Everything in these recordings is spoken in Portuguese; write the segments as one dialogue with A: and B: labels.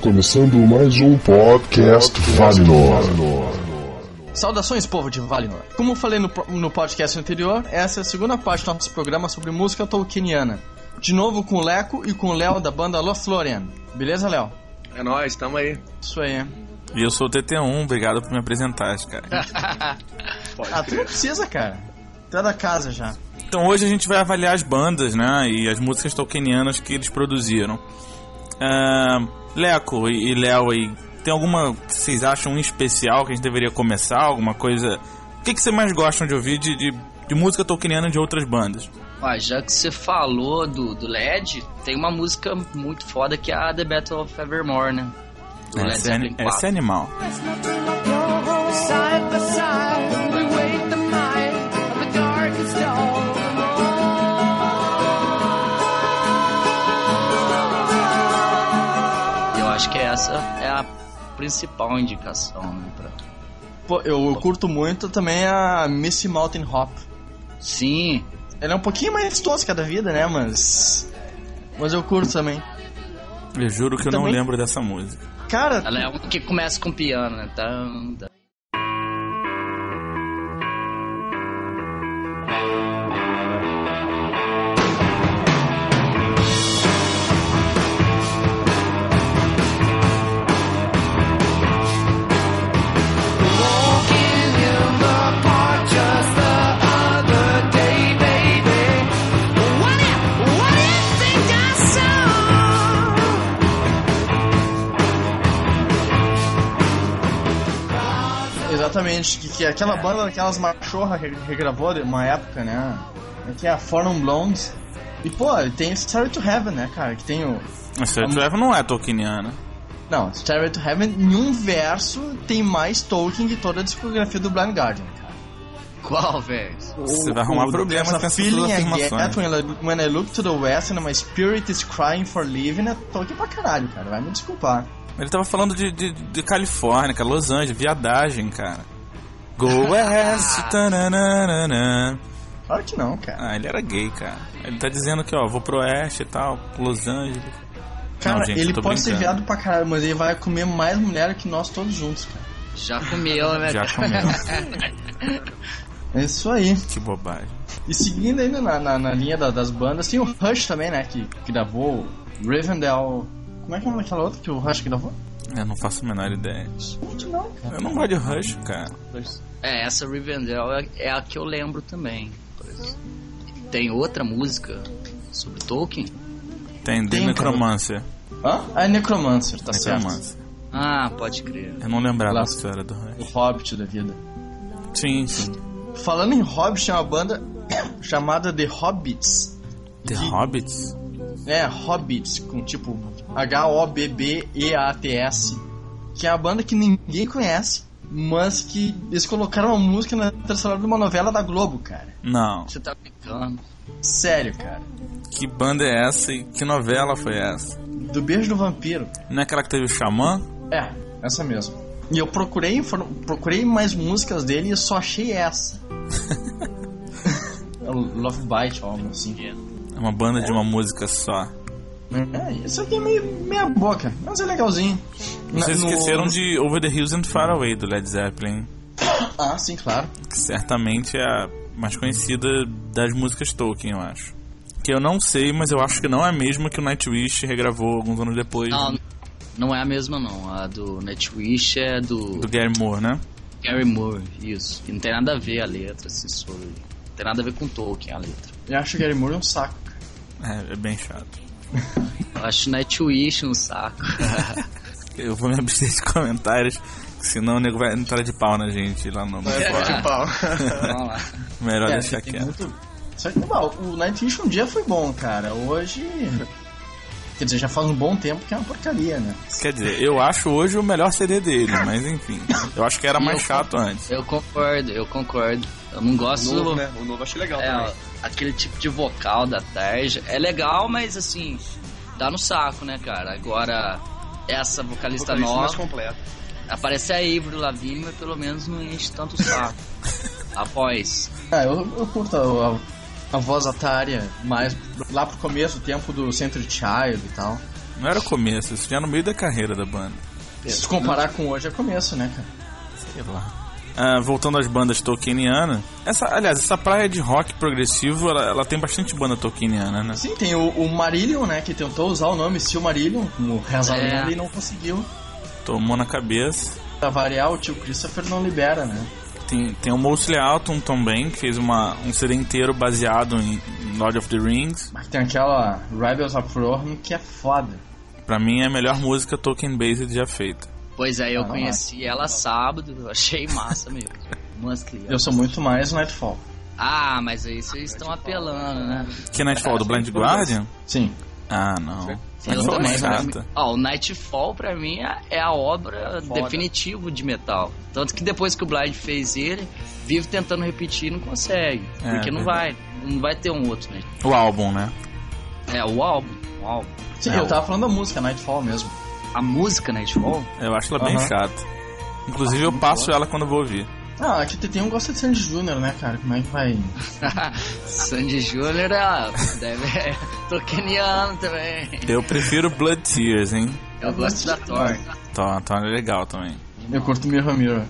A: começando mais um podcast, Valinor.
B: Saudações, povo de Valinor. Como falei no, no podcast anterior, essa é a segunda parte do nosso programa sobre música tolkieniana. De novo com o Leco e com o Léo da banda Los Florian. Beleza, Léo?
C: É nóis, tamo aí.
B: Isso aí.
D: E eu sou o TT1, obrigado por me apresentar, cara.
C: Pode
B: Ah, tu não
C: crer.
B: precisa, cara. Tu é da casa já.
D: Então hoje a gente vai avaliar as bandas, né? E as músicas tolkienianas que eles produziram. Ah, Leco e e Léo aí, tem alguma que vocês acham em especial que a gente deveria começar? Alguma coisa. O que, que vocês mais gostam de ouvir de, de, de música tolkieniana de outras bandas?
E: Ó, já que você falou do, do LED, tem uma música muito foda que é a The Battle of Evermore, né? Do Led
D: Essa é,
E: Zeppelin
D: ani-
E: 4.
D: essa é animal.
F: Side by side, we wait the might of the darkest dawn.
E: Eu acho que essa é a principal indicação, né? pra-
B: Pô, eu, eu curto muito também a Missy Mountain Hop.
E: Sim,
B: Ela é um pouquinho mais tosca da vida, né? Mas. Mas eu curto também.
D: Eu juro que eu não
B: Também-
D: lembro dessa música.
B: Cara,
E: ela é uma que começa com piano, né? Tan, tan.
F: Walking in the park just the other day, baby. What if, what do you think I saw?
B: Exatamente, que, que aquela banda daquelas machorra re- regravou de uma época, né? É Que é a Forum Blonde. E pô, tem Stairway to Heaven, né, cara? Que tem o.
D: Essa Drive não é tolkieniana.
B: Não, Stairway to Heaven, em um verso, tem mais Tolkien que toda a discografia do Blind Guardian.
E: Qual, velho?
D: Você vai arrumar problemas com
B: essa
D: essas suas
B: feeling é I get
D: afirmações.
B: when I, when I look to the west and my spirit is crying for living é Tolkien pra caralho, cara. Vai me desculpar.
D: Ele tava falando de, de, de Califórnia, cara, Los Angeles, viadagem, cara. Go
B: Ah.
D: West, tananana.
B: Claro que não, cara.
D: Ah, ele era gay, cara. Ele tá dizendo que, ó, vou pro oeste e tal, Los Angeles.
B: Cara,
D: Não, gente,
B: ele
D: eu tô
B: pode ser
D: brincando.
B: viado pra caralho, mas ele vai comer mais mulher que nós todos juntos, cara.
E: Já comeu, né?
D: Já comeu.
B: É isso aí.
D: que bobagem.
B: E seguindo ainda na, na, na linha da- das bandas, tem o Rush também, né? Que, que gravou o Rivendell. Como é que é o nome daquela outra que o Rush gravou?
D: Eu não faço a menor ideia.
B: Não, cara.
D: Eu não gosto de Rush, cara.
E: É, essa Rivendell é, é a que eu lembro também. por exemplo. Tem outra música sobre Tolkien?
D: Tem The
B: Tem, cara.
D: Necromancer.
B: Hã? Ah, é Necromancer, tá certo.
D: Necromancer.
E: Ah, pode crer.
D: Eu não lembrava
B: Lá.
D: a história do Rush.
B: O Hobbit da vida.
D: Sim, sim.
B: Falando em Hobbit, tem uma banda chamada The Hobbits.
D: The
B: Que-
D: Hobbits?
B: É, Hobbits, com tipo H-O-B-B-E-A-T-S. Que é uma banda que ninguém conhece, mas que eles colocaram uma música na trilha sonora de uma novela da Globo, cara.
D: Não.
E: Você tá brincando.
B: Sério, cara.
D: Que banda é essa e que novela foi essa?
B: Do Beijo do Vampiro.
D: Não é aquela que teve o Xamã?
B: É, essa mesmo. E eu procurei, inform- procurei mais músicas dele e só achei essa. É o Love Bite, ó, algo assim.
D: É uma banda de uma música só.
B: É, isso aqui é meio meia boca, mas é legalzinho. Na-
D: Vocês
B: no-
D: esqueceram de Over the Hills and Far Away do Led Zeppelin,
B: Ah, sim, claro.
D: que certamente é a mais conhecida das músicas Tolkien, eu acho. Que eu não sei, mas eu acho que não é a mesma que o Nightwish regravou alguns anos depois
C: Uhum.
E: Não, não é a mesma, não. A do Netwish é do,
D: do Gary Moore, né?
E: Gary Moore, isso. E não tem nada a ver a letra, assim, sobre. Não tem nada a ver com Tolkien, a letra.
B: Eu acho que Gary Moore é um saco. cara.
D: É, é bem chato.
E: Eu acho Nightwish um saco.
D: Eu vou me abster de comentários, senão o nego vai entrar de pau na gente lá no.
C: Pode pau.
E: Vamos lá.
D: Melhor
B: É,
D: deixar
B: tem
D: quieto.
B: muito- Só que, bom, o Nightwish um dia foi bom, cara. Hoje. Quer dizer, já faz um bom tempo que é uma porcaria, né?
D: Quer dizer, eu acho hoje o melhor CD dele, mas enfim. Eu acho que era mais
E: Eu-
D: chato antes.
E: Eu concordo, eu concordo. Eu não
C: O
E: gosto.
C: novo, né? O novo eu achei legal
E: é,
C: também.
E: aquele tipo de vocal da Tarja. É legal, mas assim, dá no saco, né, cara? Agora, essa
C: Vocalista
E: vocalista
C: mais
E: nova.
C: completo.
E: Aparece a Ivro Lavigne, mas pelo menos não enche tanto o saco. Após.
B: Ah, eu, eu curto a, a- a voz atária mais lá pro começo, o tempo do Centro Child e tal.
D: Não era o começo, isso já era no meio da carreira da banda.
B: Se comparar com hoje é começo, né, cara?
D: Sei lá. Ah, voltando às bandas tolkienianas, essa, aliás, essa praia de rock progressivo, ela, ela tem bastante banda tolkieniana, né?
B: Sim, tem o, o Marillion, né, que tentou usar o nome Silmarillion, como reza a
E: É.
B: lenda, e não conseguiu.
D: Tomou na cabeça.
B: Pra variar, o tio Christopher não libera, né?
D: Tem, tem o Mosley Alton também, que fez uma, um CD inteiro baseado em em Lord of the Rings.
B: Mas tem aquela Rebels of Rome que é foda.
D: Pra mim é a melhor música Tolkien Based já feita.
E: Pois é, eu
B: Ah, não
E: conheci ela sábado, eu achei massa mesmo. Umas crianças.
B: Eu sou muito mais Nightfall.
E: Ah, mas aí vocês estão apelando, né?
D: Que é Nightfall do Blind Guardian?
B: Sim.
D: Ah, não.
E: Eu
D: Nightfall é
E: também, né? pra mim-
D: chata.
E: Ó, o Nightfall pra mim é- é a obra definitiva de metal. Tanto que depois que o Blind fez ele, vive tentando repetir e não consegue.
D: É,
E: porque não vai, não vai ter um outro, né?
D: O álbum, né?
E: É o álbum, o álbum.
B: Sim,
D: Não.
B: eu tava falando da música, Nightfall mesmo.
E: A música Nightfall,
D: Eu acho ela bem
B: Aham.
D: chata. Inclusive eu passo ela quando eu vou ouvir.
B: Ah, aqui tem um gosta de Sandy Jr., né, cara? Como é que vai.
E: Sandy Júnior é, deve, é tokeniano também.
D: Eu prefiro Blood Tears, hein?
E: Eu gosto da Thor.
D: Tá, tá legal também.
B: Eu curto Mirror Mirror.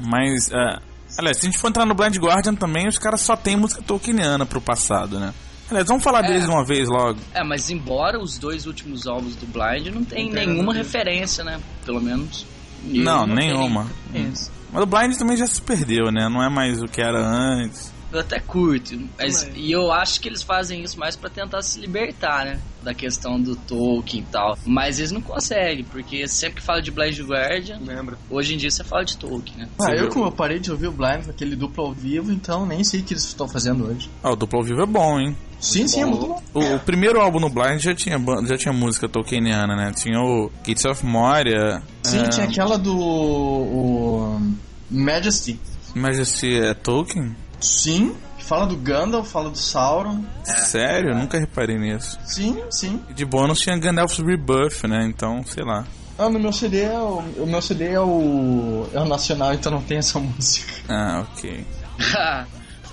D: Mas, é, aliás, se a gente for entrar no Blind Guardian também, os caras só tem música tolkieniana pro passado, né? Aliás, vamos falar deles uma vez logo.
E: É, mas embora os dois últimos álbuns do Blind não tem
C: Não tem
E: nenhuma
C: nada a ver.
E: referência, né? Pelo menos. eu
D: Não,
E: tenho
D: nenhuma.
E: referência.
D: Mas o Blind também já se perdeu, né? Não é mais o que era antes.
E: Eu até curto. mas- e eu acho que eles fazem isso mais pra tentar se libertar, né? Da questão do Tolkien e tal. Mas eles não conseguem, porque sempre que fala de Blind Guardian,
C: Lembra?
E: hoje em dia você fala de Tolkien, né?
B: Ah,
D: Você
B: eu
D: viu?
B: como eu parei de ouvir o Blind com aquele duplo ao vivo, então nem sei o que eles estão fazendo hoje.
D: Ah, o duplo ao vivo é bom, hein?
B: sim, sim, é
C: bom.
B: muito bom.
D: O, o primeiro álbum no Blind já tinha, ban- já tinha música tolkieniana, né? Tinha o Gates of Moria.
B: Sim,
D: é,
B: tinha aquela do. O, Majesty.
D: Majesty é Tolkien?
B: Sim, que fala do Gandalf, fala do Sauron.
D: Sério? Nunca reparei nisso.
B: Sim, sim.
D: E de bônus tinha Gandalf's Rebuff, né? Então, sei lá.
B: Ah, no meu CD é o, o meu CD é o. é o nacional, então não tem essa música.
D: Ah, ok.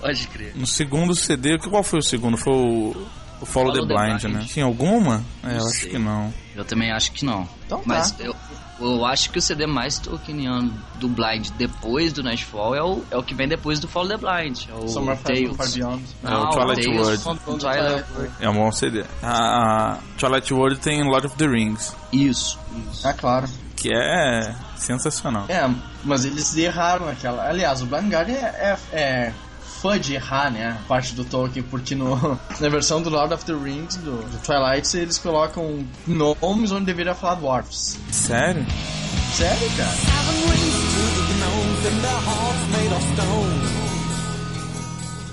E: Pode crer.
D: No segundo CD, qual foi o segundo? Foi o, o Follow, the, Blind, né? Tinha alguma? É, eu acho
E: sei.
D: que não.
E: Eu também acho que não.
B: Então tá.
E: Mas eu, eu acho que o CD mais tolkieniano do Blind depois do Nightfall é o, é o que vem depois do Fall the Blind. É o Ah,
B: Summer Fire Far
E: Tales.
B: Beyond.
D: É o Twilight World.
E: World. Twilight World.
D: É um bom CD. A, a Twilight World tem Lord of the Rings,
E: Isso, isso.
B: Ah, claro.
D: que é sensacional.
B: É, mas eles erraram naquela. Aliás, o Blind Guardian é, é, é fã de errar, né? a Parte do Tolkien, porque no, na versão do Lord of the Rings, do, do Twilight, eles colocam nomes onde deveria falar dwarfs.
D: É. Sério?
B: Sério, cara?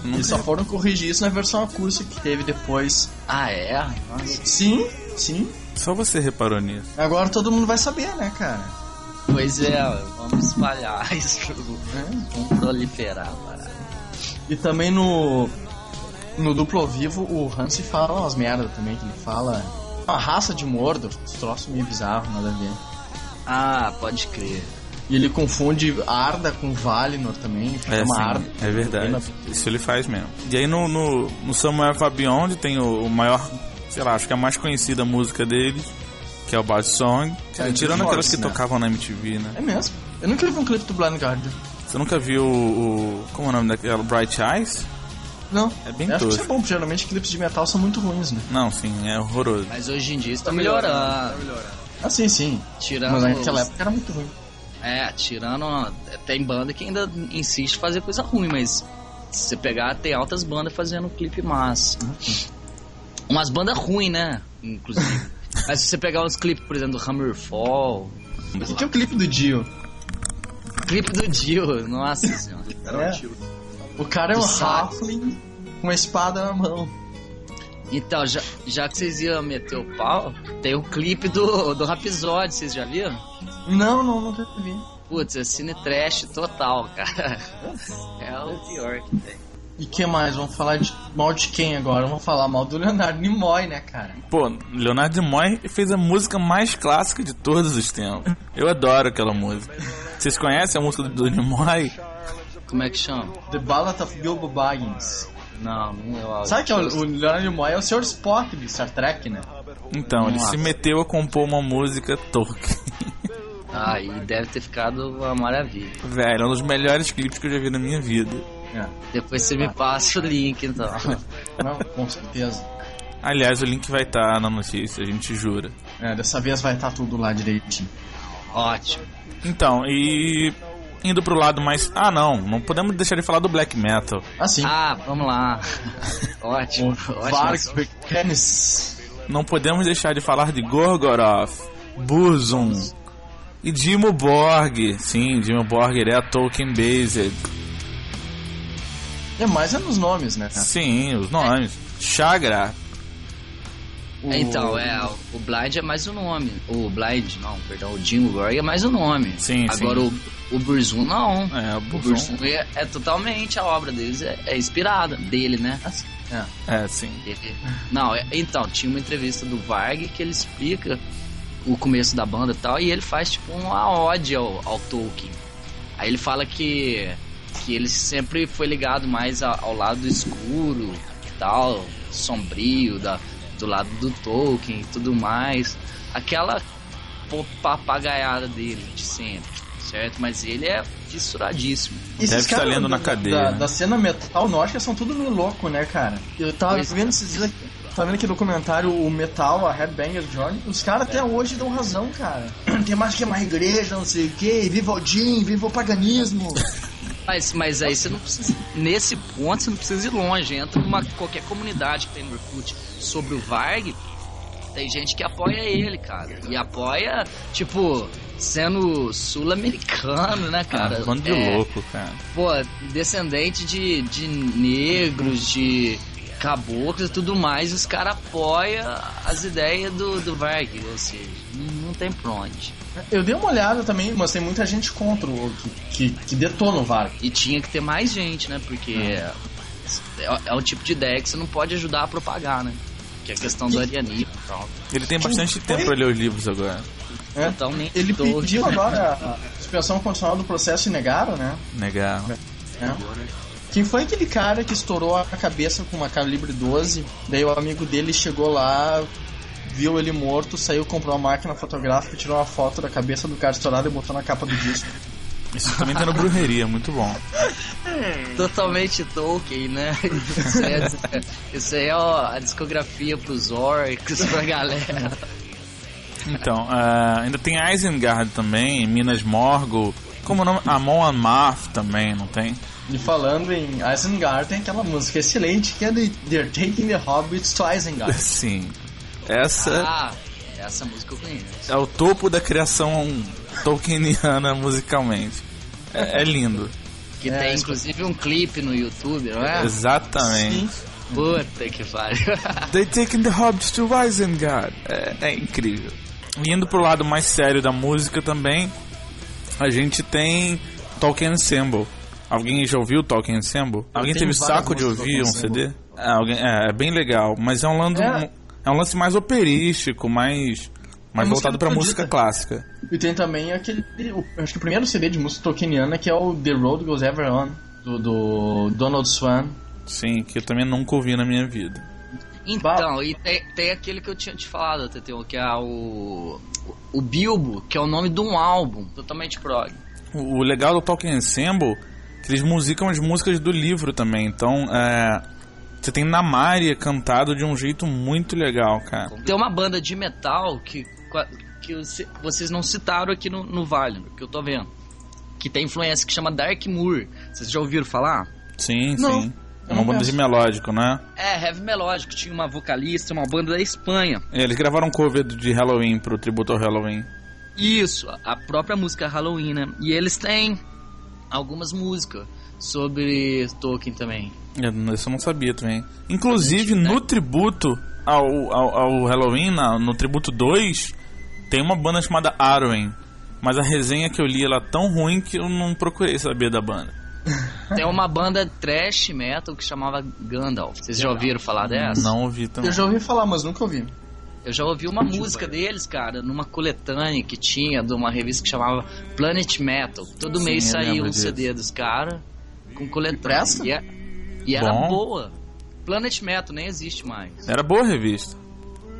B: Eles só foram corrigir isso na versão acústica que teve depois.
E: Ah, é? Nossa.
B: Sim, sim.
D: Só você reparou nisso.
B: Agora todo mundo vai saber, né, cara?
E: Pois é, vamos espalhar isso. Vamos proliferar, cara.
B: E também no. No duplo ao vivo, o Hans fala umas merdas também, que ele fala. Uma raça de mordo, uns troços meio bizarro, nada a ver.
E: Ah, pode crer.
B: E ele confunde Arda com Valinor também, fica
D: É,
B: uma
D: sim,
B: Arda.
D: é verdade. Isso ele faz mesmo. E aí no, no, no Samuel Fabiond tem o, o maior, sei lá, acho que é a mais conhecida música dele, que é o Bad Song.
B: É,
D: Tirando
B: dos
D: aquelas
B: Lords,
D: que
B: né?
D: tocavam na MTV, né?
B: É mesmo. Eu nunca vi um clipe do Blind Guardian.
D: Você nunca viu o. o- como é o nome daquela? Bright Eyes?
B: Não.
D: É bem
B: Eu Acho que
D: tosco.
B: isso é bom, porque geralmente clipes de metal são muito ruins, né?
D: Não, sim, é horroroso.
E: Mas hoje em dia está Tá melhorando. né?
B: Ah, sim, sim.
E: Tirando.
B: Mas naquela
E: os-
B: época era muito ruim.
E: É, tirando. Tem banda que ainda insiste em fazer coisa ruim, mas se você pegar, tem altas bandas fazendo clipe massa. Umas bandas ruins, né? Inclusive. mas se você pegar os clipes, por exemplo, do Hammerfall,
B: O que é o clipe do Dio?
E: clipe do Dio, nossa senhora.
C: Era
B: É.
C: um tiro.
B: O cara é um
E: Do sax.
B: halfling com uma espada na mão.
E: Então, já, já que vocês iam meter o pau, tem o clipe do, do Rhapsody, vocês já viram?
B: Não, não, nunca vi.
E: Putz, é cine trash total, cara. É o pior que tem.
B: E que mais? Vamos falar de mal de quem agora? Vamos falar mal do Leonardo Nimoy, né, cara?
D: Pô, Leonardo Nimoy fez a música mais clássica de todos os tempos. Eu adoro aquela música. Vocês conhecem a música do, do Nimoy?
E: Como é que chama?
B: The Ballad of Bilbo Baggins.
E: Não, não é o Aldrin.
B: Sabe que é o, o Leonard Nimoy é o Sr. Spock de Star Trek, né?
D: Então, ele
E: Nossa.
D: se meteu a compor uma música Tolkien.
E: Ah, e deve ter ficado uma maravilha.
D: Velho, é um dos melhores clipes que eu já vi na minha vida.
B: É.
E: Depois você me passa o link, então.
B: Não, com certeza.
D: Aliás, o link vai estar na notícia, a gente jura.
B: É, dessa vez vai estar tudo lá direitinho.
E: Ótimo.
D: Então, e. Indo pro lado mais. Ah, não, não podemos deixar de falar do black metal.
B: Assim,
E: Ah, vamos lá.
B: o
E: Ótimo.
B: Varg
E: Ótimo.
B: Vikernes.
D: Não podemos deixar de falar de Gorgoroth, Burzum e Dimmu Borg. Sim, Dimmu Borg ele é Tolkien Based.
B: É mais é nos nomes, né?
D: Sim, os nomes. Chagra.
B: O-
E: Então, é, o Blind é mais o nome. O Blind, não, perdão, o Jim Warrior é mais o nome.
D: Sim, sim.
E: Agora o, o Burzum, não.
D: É, o
E: O
D: Burzum.
E: Burzum é, é totalmente a obra deles, é, é inspirada dele, né?
B: É.
D: É, sim.
E: Ele- Não, é- então, tinha uma entrevista do Varg que ele explica o começo da banda e tal, e ele faz tipo uma ode ao, ao Tolkien. Aí ele fala que, que ele sempre foi ligado mais a- ao lado escuro e tal, sombrio, da, do lado do Tolkien e tudo mais. Aquela po- papagaiada dele de sempre, certo? Mas ele é fissuradíssimo.
B: Esses
D: Deve estar
B: caras
D: lendo na
B: da-
D: cadeia,
B: Da,
D: né?
B: da cena metal nórdica são tudo meio louco, né, cara? Eu tava
E: Pois é.
B: vendo esses dias aqui- Tava vendo aqui no comentário o metal, a Headbanger Johnny, os caras até hoje dão razão, cara. Tem mais que é mais igreja, não sei o que, viva Odin, viva o paganismo.
E: Mas, mas aí você não precisa. Nesse ponto você não precisa ir longe. Entra numa qualquer comunidade que tem no Orkut sobre o Varg. Tem gente que apoia ele, cara. E apoia, tipo, sendo sul-americano, né, cara?
D: Cara, Ah, bando de
E: É,
D: louco, cara.
E: Pô, descendente de, de negros, de caboclos e tudo mais. Os caras apoiam as ideias do, do Varg. Ou seja, não, não tem pra onde.
B: Eu dei uma olhada também, mas tem muita gente contra o que, que, que detona o Varg.
E: E tinha que ter mais gente, né? Porque
B: Ah.
E: é, é um tipo de ideia que você não pode ajudar a propagar, né? Que é a questão do arianismo e tal.
D: Ele tem bastante
B: Foi?
D: tempo pra ler os livros agora.
B: É.
E: Então nem
B: Ele
E: tô-
B: pediu agora a suspensão condicional do processo e negaram, né?
D: Negar.
B: né? Quem foi aquele cara que estourou a cabeça com uma calibre 12? Daí o amigo dele chegou lá, viu ele morto, saiu, comprou uma máquina fotográfica, tirou uma foto da cabeça do cara estourado e botou na capa do disco.
D: Isso também tá no Brujeria, muito bom.
E: Totalmente Tolkien, né? Isso aí é, isso aí é ó, a discografia pros orcs, pra galera.
D: Então, ah, ainda tem Isengard também, Minas Morgul. Como o nome? Amon Amarth também, não tem?
B: E falando em Isengard, tem aquela música excelente que é The- They're Taking the Hobbits to Isengard.
D: Sim. Essa
E: Tá. Ah, essa música eu conheço.
D: é o topo da criação tolkieniana musicalmente. É, é lindo.
E: Que
B: É,
E: tem
B: isso-
E: inclusive um clipe no YouTube, não
B: Ah,
E: é?
D: Exatamente.
E: Puta que pariu.
D: They taking the hobbits to Isengard. É, é incrível. E indo pro lado mais sério da música também, a gente tem Tolkien Ensemble. Alguém já ouviu Tolkien Ensemble? Alguém
B: tenho
D: teve
B: várias
D: saco de
B: músicas do
D: ouvir um
B: Tolkien
D: CD? É, alguém- é, é bem legal, mas é um, lando-
B: É.
D: é um lance mais operístico, mais, mais
B: música
D: voltado
B: do
D: pra
B: Afrodita.
D: música clássica.
B: E tem também aquele. o- acho que o primeiro CD de música tolkieniana que é o The Road Goes Ever On, do, do Donald Swan.
D: Sim, que eu também nunca ouvi na minha vida.
E: Então, e tem, tem aquele que eu tinha te falado, Teteu, que é o. O Bilbo, que é o nome de um álbum totalmente prog.
D: O o legal do Tolkien Ensemble é que eles musicam as músicas do livro também. Então, é, você tem Namária cantado de um jeito muito legal, cara.
E: Tem uma banda de metal que, que você- vocês não citaram aqui no, no Vale, que eu tô vendo. Que tem influência que chama Dark Moor. Vocês já ouviram falar?
D: Sim,
B: Não,
D: sim. É
B: eu
D: uma
B: não
D: banda
B: conheço.
D: de melódico, né?
E: É, heavy melódico. Tinha uma vocalista, uma banda da Espanha.
D: É, eles gravaram um cover de Halloween pro tributo ao Halloween.
E: Isso, a própria música Halloween, né? E eles têm algumas músicas sobre Tolkien também.
D: Eu não- Isso eu não sabia também. Inclusive,
B: é.
D: no tributo ao, ao, ao Halloween, na- no tributo 2, tem uma banda chamada Arwen. Mas a resenha que eu li ela é tão ruim que eu não procurei saber da banda.
E: Tem uma banda trash metal que chamava Gandalf. Vocês já ouviram falar dessa?
D: Não ouvi também.
B: Eu já ouvi falar, mas nunca ouvi.
E: Eu já ouvi uma música deles, cara, numa coletânea que tinha de uma revista que chamava Planet Metal. Todo
D: Sim,
E: mês
D: eu
E: saía
D: lembro
E: um
D: disso.
E: CD dos caras com coletânea.
B: Impressa?
E: E, é- e era
D: Bom.
E: boa. Planet Metal nem existe mais.
D: Era boa a revista.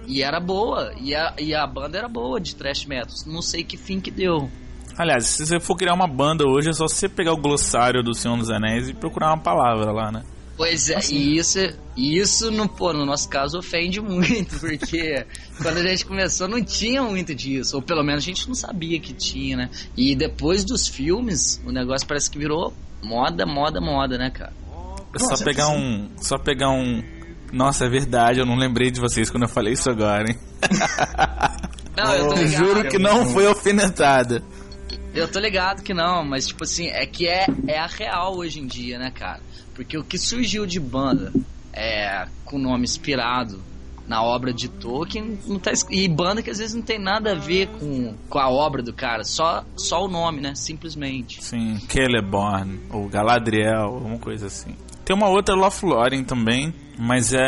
E: E era boa, e a, e a banda era boa de thrash metal. Não sei que fim que deu.
D: Aliás, se você for criar uma banda hoje, é só você pegar o glossário do Senhor dos Anéis e procurar uma palavra lá, né?
E: Pois é, e isso, e isso no, pô, no nosso caso ofende muito, porque quando a gente começou não tinha muito disso, ou pelo menos a gente não sabia que tinha, né? E depois dos filmes, o negócio parece que virou moda, moda, moda, né, cara?
D: É só pegar um. Só pegar um. Nossa, é verdade, eu não lembrei de vocês quando eu falei isso agora, hein?
E: Não, eu tô
D: Eu
E: ligado,
D: juro que não foi alfinetada.
E: eu tô ligado que não, mas tipo assim, é que é, é a real hoje em dia, né, cara? Porque o que surgiu de banda é, com nome inspirado na obra de Tolkien não tá, es- e banda que às vezes não tem nada a ver com, com a obra do cara, só, só o nome, né? Simplesmente.
D: Sim, Celeborn, ou Galadriel, alguma coisa assim. Tem uma outra Lothlórien também, mas é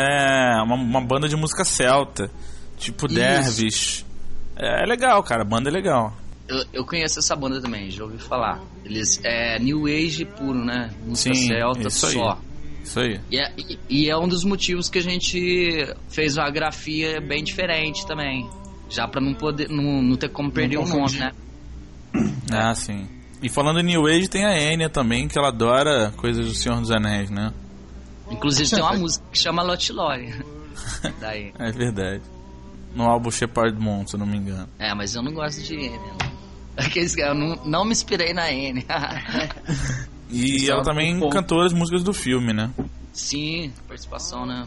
D: uma, uma banda de música celta, tipo
E: Isso.
D: Dervish. É legal, cara, a banda é legal.
E: Eu, eu conheço essa banda também, já ouvi falar. Eles é New Age puro, né? Música
D: Sim,
E: celta
D: isso aí.
E: só.
D: Isso aí.
E: E é, e- e é um dos motivos que a gente fez uma grafia bem diferente também. Já pra não poder. não, não ter como perder o nome, né?
D: Ah, sim. E falando em New Age, tem a Enya também, que ela adora coisas do Senhor dos Anéis, né?
E: Inclusive tem uma música que chama Lot Lore. Daí.
D: É verdade. No álbum Shepard Moon, se eu não me engano.
E: É, mas eu não gosto de N. né? Aqueles que eu não, não me inspirei na N.
D: E
B: Isso é
D: ela
B: um
D: também
B: bom.
D: cantou as músicas do filme, né?
E: Sim, participação, né?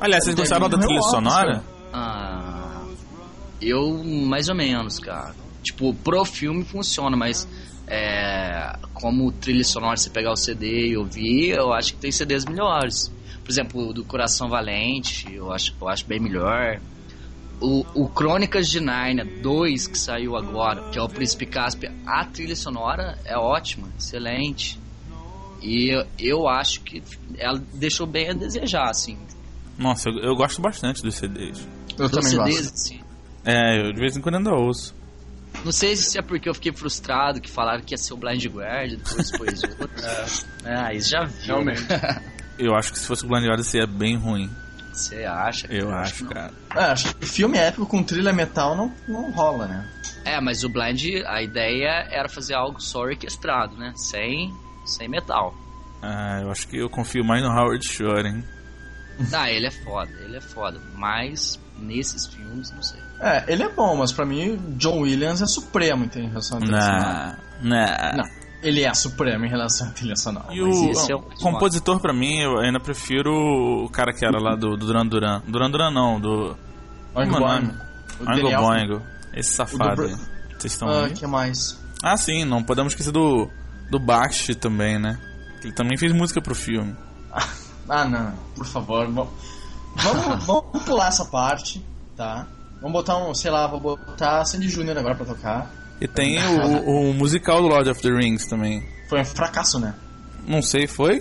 D: Aliás, vocês gostaram da
B: Não,
D: trilha
B: óbvio,
D: sonora?
B: cara.
E: Ah, eu mais ou menos, cara. Tipo, pro filme funciona, mas é, como trilha sonora, você pegar o CD e ouvir, eu acho que tem CDs melhores. Por exemplo, o do Coração Valente, eu acho, eu acho bem melhor. O, o Crônicas de Narnia 2, que saiu agora, que é o Príncipe Caspio, a trilha sonora é ótima, excelente. E eu, eu acho que ela deixou bem a desejar, assim.
D: Nossa, eu, eu gosto bastante dos CDs.
B: Eu
E: Os
B: também
E: CDs,
B: gosto.
E: assim.
D: É, eu de vez em quando ainda ouço.
E: Não sei se é porque eu fiquei frustrado que falaram que ia ser o Blind Guard, depois pôs outro. Ah, isso já viu.
C: Realmente.
D: Eu acho que se fosse o Blind Order seria bem ruim.
E: Você acha? cara?
D: Eu acho,
E: não.
D: cara.
B: É, acho que filme épico com trilha metal não, não rola, né?
E: É, mas o Blind, a ideia era fazer algo só orquestrado, né? Sem, sem metal.
D: Ah, eu acho que eu confio mais no Howard Shore, hein?
E: Ah, ele é foda, ele é foda. Mas nesses filmes, não sei.
B: É, ele é bom, mas pra mim, John Williams é supremo em relação à trilha sonora.
D: Nah, nah.
B: Não, ele é supremo em relação à trilha sonora.
D: E
E: mas
D: o
E: esse é
D: não,
E: um dos
D: compositor, pra mim, eu ainda prefiro o cara que era lá do, do Duran Duran. Duran Duran não, do
B: Oingo
D: Mano,
B: Boingo. O
D: Oingo
B: Daniel-
D: Boingo. Esse safado
B: O do
D: aí. Vocês estão
B: Ah,
D: aí?
B: que mais?
D: Ah, sim, não podemos esquecer do, do Bakshi também, né? Ele também fez música pro filme.
B: Ah, não, não, por favor, vamos, vamos, vamos pular essa parte, tá? Vamos botar um, sei lá, vou botar Sandy Júnior agora pra tocar.
D: E tem o, o musical do Lord of the Rings também.
B: Foi um fracasso, né?
D: Não sei, foi?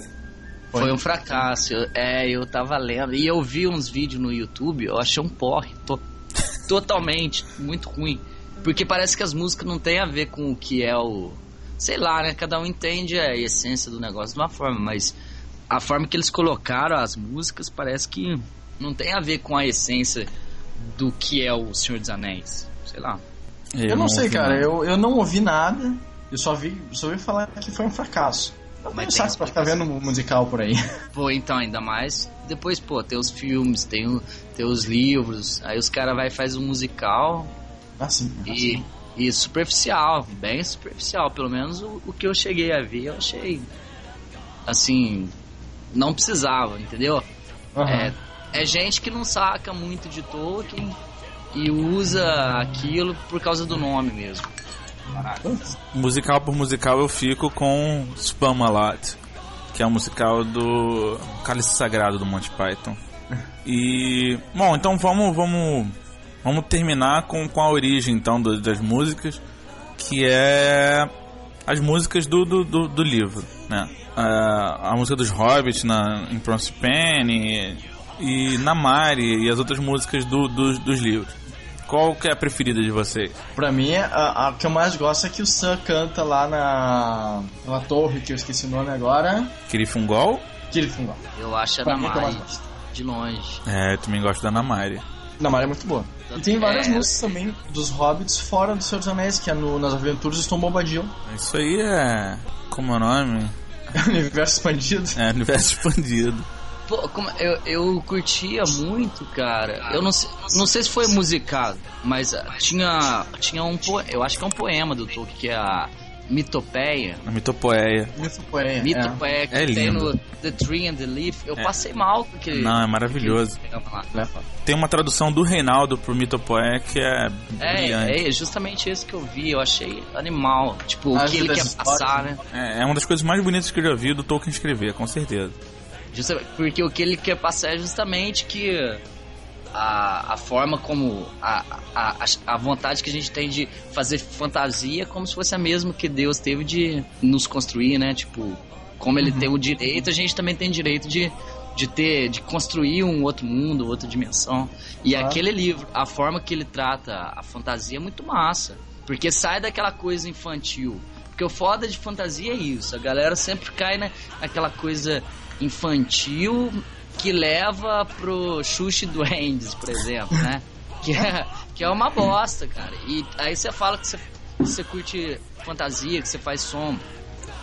B: Foi.
E: Foi, um fracasso. Eu- É, eu tava lendo. E eu vi uns vídeos no YouTube, eu achei um porre. to- totalmente, muito ruim. Porque parece que as músicas não têm a ver com o que é o. Sei lá, né? Cada um entende a essência do negócio de uma forma, mas a forma que eles colocaram as músicas parece que não tem a ver com a essência do que é o Senhor dos Anéis. Sei lá.
B: Eu, não, sei,
D: ouvi
B: cara,
D: nada.
B: eu, eu não ouvi nada, eu só vi, só ouvi falar que foi um fracasso. Eu
E: Mas
B: tenho
E: tem assim.
B: saco pra ficar vendo um musical por aí.
E: Pô, então, ainda mais. Depois, pô, tem os filmes, tem, o- tem os livros. Aí os caras vai e faz um musical.
B: Assim,
E: E, e superficial, bem superficial. Pelo menos o, o que eu cheguei a ver, eu achei. Assim, não precisava, entendeu?
B: Aham.
E: É, é gente que não saca muito de Tolkien e usa aquilo por causa do nome mesmo.
D: Musical por musical eu fico com Spamalot, que é o musical do Cálice Sagrado do Monty Python. E bom, então vamos vamos vamos terminar com, com a origem então do- das músicas, que é as músicas do do, do, do livro, né? Ah, a música dos Hobbits na em Prince Penny e na Mari e as outras músicas do, dos- dos livros. Qual que é a preferida de vocês?
B: Pra mim, a, a que eu mais gosto é que o Sam canta lá na, na torre, que eu esqueci o nome agora.
D: Kirifungol
B: Kirifungó.
E: Eu acho a
B: Pra mim é que eu mais
E: Namari
B: gosto.
E: de longe.
D: É, eu também gosto da Namari.
B: Namara é muito boa. E tem várias
E: É.
B: músicas também dos Hobbits fora do Senhor dos Anéis, que é no, nas aventuras do Tom Bombadil,
D: Isso aí é. Como é o nome?
B: Universo Expandido.
D: É universo expandido.
E: Pô, como- eu, eu curtia muito, cara. Eu não, sei- não sei se foi musicado, mas ah, tinha, tinha um po- Eu acho que é um poema do Tolkien, que é a Mitopeia.
D: A mitopoeia.
B: Muito poeia. É.
E: Mitopeia que
D: É
E: tem
D: lindo.
E: no The Tree and the Leaf. Eu
D: É.
E: passei mal com aquele.
D: Não, é maravilhoso.
E: aquele poema lá.
B: Né, foda.
D: Tem uma tradução do Reinaldo pro mitopoeia que é brilhante.
E: É, é justamente isso que eu vi. Eu achei animal. Tipo,
B: Ah,
E: o que ele
B: das
E: quer
B: histórias,
E: passar,
B: né?
E: né?
D: É, é uma das coisas mais bonitas que eu já vi do Tolkien escrever, com certeza.
E: Justa- porque o que ele quer passar é justamente que a, a forma como a, a, a- a vontade que a gente tem de fazer fantasia é como se fosse a mesma que Deus teve de nos construir, né? Tipo, como ele tem o direito, a gente também tem direito de, de ter, de construir um outro mundo, outra dimensão. E
B: Claro.
E: aquele livro, a forma que ele trata a fantasia é muito massa, porque sai daquela coisa infantil. Porque o foda de fantasia é isso, a galera sempre cai na, naquela coisa infantil que leva pro Xuxi Duendes, por exemplo, né? Que é, que é uma bosta, cara. E aí você fala que você, você curte fantasia, que você faz som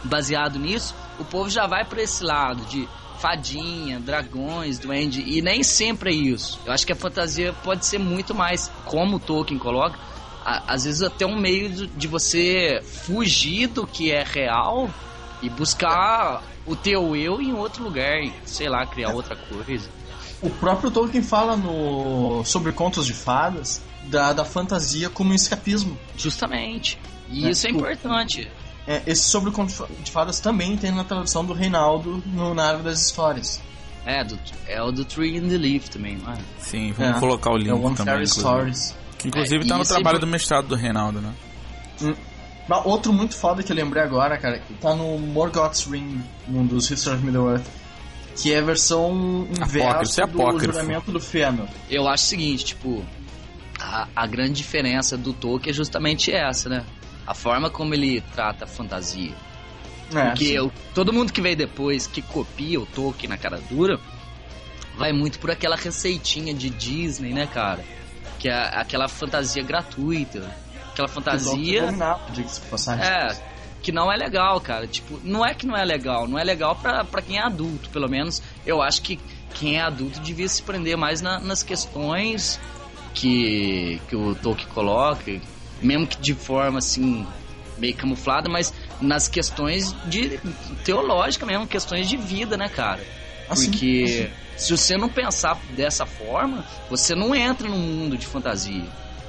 E: baseado nisso, o povo já vai pra esse lado de fadinha, dragões, duende, e nem sempre é isso. Eu acho que a fantasia pode ser muito mais, como o Tolkien coloca, a- às vezes até um meio de- de você fugir do que é real e buscar o teu eu em outro lugar, e, sei lá, criar outra coisa.
B: O próprio Tolkien fala no sobre contos de fadas da, da fantasia como um escapismo.
E: Justamente. E
B: É,
E: isso é
B: o-
E: importante.
B: É, esse sobre contos de fadas também tem na tradução do Reinaldo no, na árvore das histórias.
E: É, do, é o do Tree and the Leaf também, não é?
D: Sim, vamos
B: É.
D: colocar o link
B: É o One
D: também.
B: Fairy
D: Inclusive,
B: Stories.
D: que, inclusive
E: É,
D: tá no
E: isso
D: trabalho
E: aí-
D: do mestrado do Reinaldo, né?
B: Bah, Outro muito foda que eu lembrei agora, cara, que tá no Morgoth's Ring, um dos History of Middle-earth, que é a versão
D: Apócrifo,
B: inversa
D: é
B: do
D: apócrifo.
B: juramento do Fëanor. É,
E: Eu acho o seguinte, tipo, a, a grande diferença do Tolkien é justamente essa, né? A forma como ele trata a fantasia.
B: É,
E: Porque eu- todo mundo que veio depois, que copia o Tolkien na cara dura, vai muito por aquela receitinha de Disney, né, cara? Que é aquela fantasia gratuita. Aquela fantasia.
B: Diga-se de passagem.
E: É, que não é legal, cara. Tipo, não é que não é legal, não é legal pra, pra quem é adulto, pelo menos. Eu acho que quem é adulto devia se prender mais na- nas questões que, que o Tolkien coloca, mesmo que de forma assim, meio camuflada, mas nas questões de teológica mesmo, questões de vida, né, cara?
B: Assim,
E: Porque se você não pensar dessa forma, você não entra no mundo de fantasia.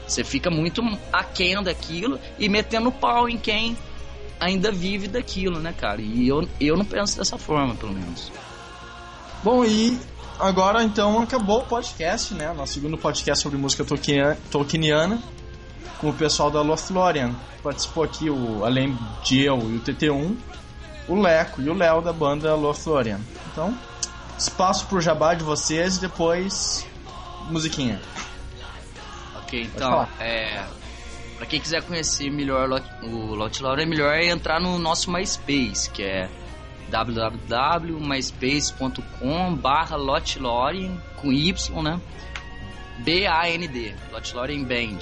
E: Você fica muito aquém daquilo e metendo pau em quem ainda vive daquilo, né, cara? E eu, eu não penso dessa forma, pelo menos.
B: Bom, e agora então acabou o podcast, né? Nosso segundo podcast sobre música tolkien- tolkieniana com o pessoal da Lothlórien. Participou aqui, o, além de eu e o TT1, o Leco e o Léo da banda Lothlórien. Então, espaço pro jabá de vocês e depois musiquinha.
E: Ok, então,
B: falar.
E: é. Pra quem quiser conhecer melhor Lot- o Lot Laura, é melhor entrar no nosso MySpace, que é www.myspace.com barra com Y, né? B-A-N-D, Lotlauren Band.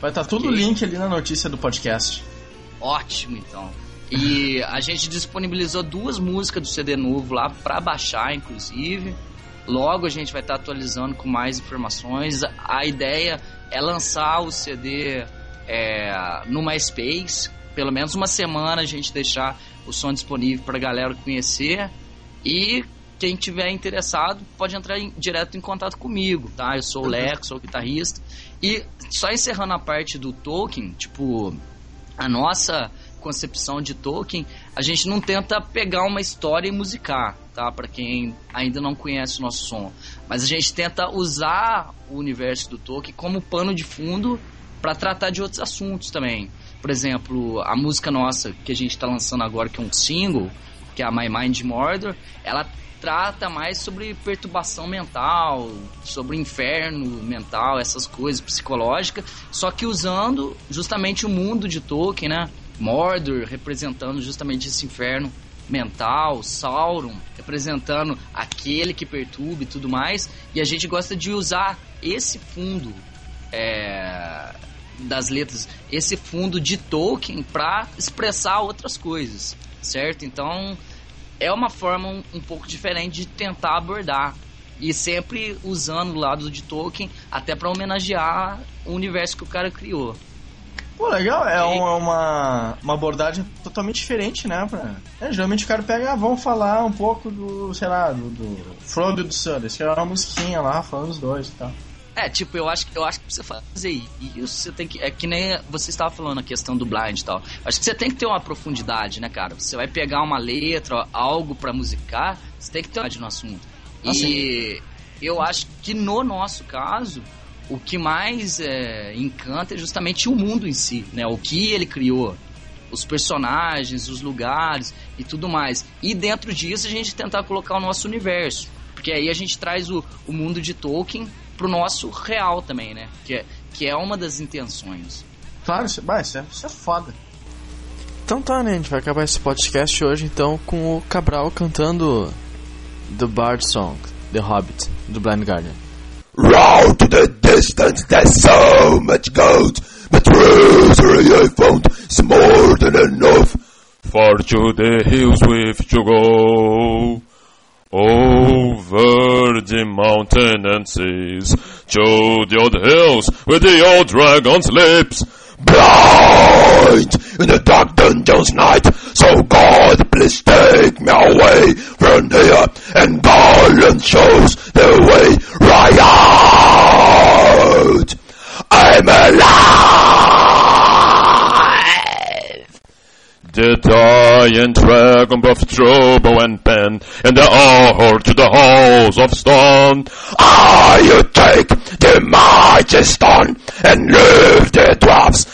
B: Vai estar tudo o
E: Ok.
B: link ali na notícia do podcast.
E: Ótimo, então. E a gente disponibilizou duas músicas do CD novo lá pra baixar, inclusive. Logo a gente vai estar atualizando com mais informações. A ideia é lançar o CD é, no MySpace. Pelo menos uma semana a gente deixar o som disponível pra galera conhecer. E quem tiver interessado pode entrar em- direto em contato comigo, tá? Eu sou o Lex, sou o guitarrista. E só encerrando a parte do Tolkien, tipo, a nossa concepção de Tolkien, a gente não tenta pegar uma história e musicar, tá? Para quem ainda não conhece o nosso som, mas a gente tenta usar o universo do Tolkien como pano de fundo para tratar de outros assuntos também. Por exemplo, a música nossa que a gente está lançando agora, que é um single, que é a My Mind Mordor, ela trata mais sobre perturbação mental, sobre inferno mental, essas coisas psicológicas, só que usando justamente o mundo de Tolkien, né? Mordor representando justamente esse inferno mental, Sauron, representando aquele que perturba e tudo mais. E a gente gosta de usar esse fundo é, das letras, esse fundo de Tolkien para expressar outras coisas, certo? Então é uma forma um, um pouco diferente de tentar abordar e sempre usando o lado de Tolkien até para homenagear o universo que o cara criou.
B: Pô, legal, é, um- é uma, uma abordagem totalmente diferente, né? Pra... É, geralmente o cara pega, ah, vamos falar um pouco do, sei lá, do, do Frodo e do Sam. Eles criaram uma musiquinha lá falando os dois e tal.
E: É, tipo, eu acho que eu acho que pra você fazer isso, você tem que. É que nem você estava falando a questão do blind e tal. Acho que você tem que ter uma profundidade, né, cara? Você vai pegar uma letra, algo pra musicar, você tem que ter uma profundidade no assunto.
B: Ah,
E: e eu acho que no nosso caso, o que mais é, encanta é justamente o mundo em si, né? O que ele criou. Os personagens, os lugares e tudo mais. E dentro disso a gente tentar colocar o nosso universo. Porque aí a gente traz o, o mundo de Tolkien pro nosso real também, né? Que é, que é uma das intenções.
B: Claro, isso, bah, isso, é, isso é foda.
G: Então tá, né? A gente vai acabar esse podcast hoje então com o Cabral cantando The Bard Song, The Hobbit, do Blind Guardian.
H: Round to the distance, there's so much gold. The treasury I found is more than enough. For to the hills we've to go. Over the mountain and seas, to the old hills where the old dragon sleeps. Blind in the dark dungeon's night, so God please take me away from here and Garland shows the way right out. I'm alive. The giant dragon of trouble and pen, and the hour to the halls of stone. Ah, you take the mighty stone, and leave the dwarfs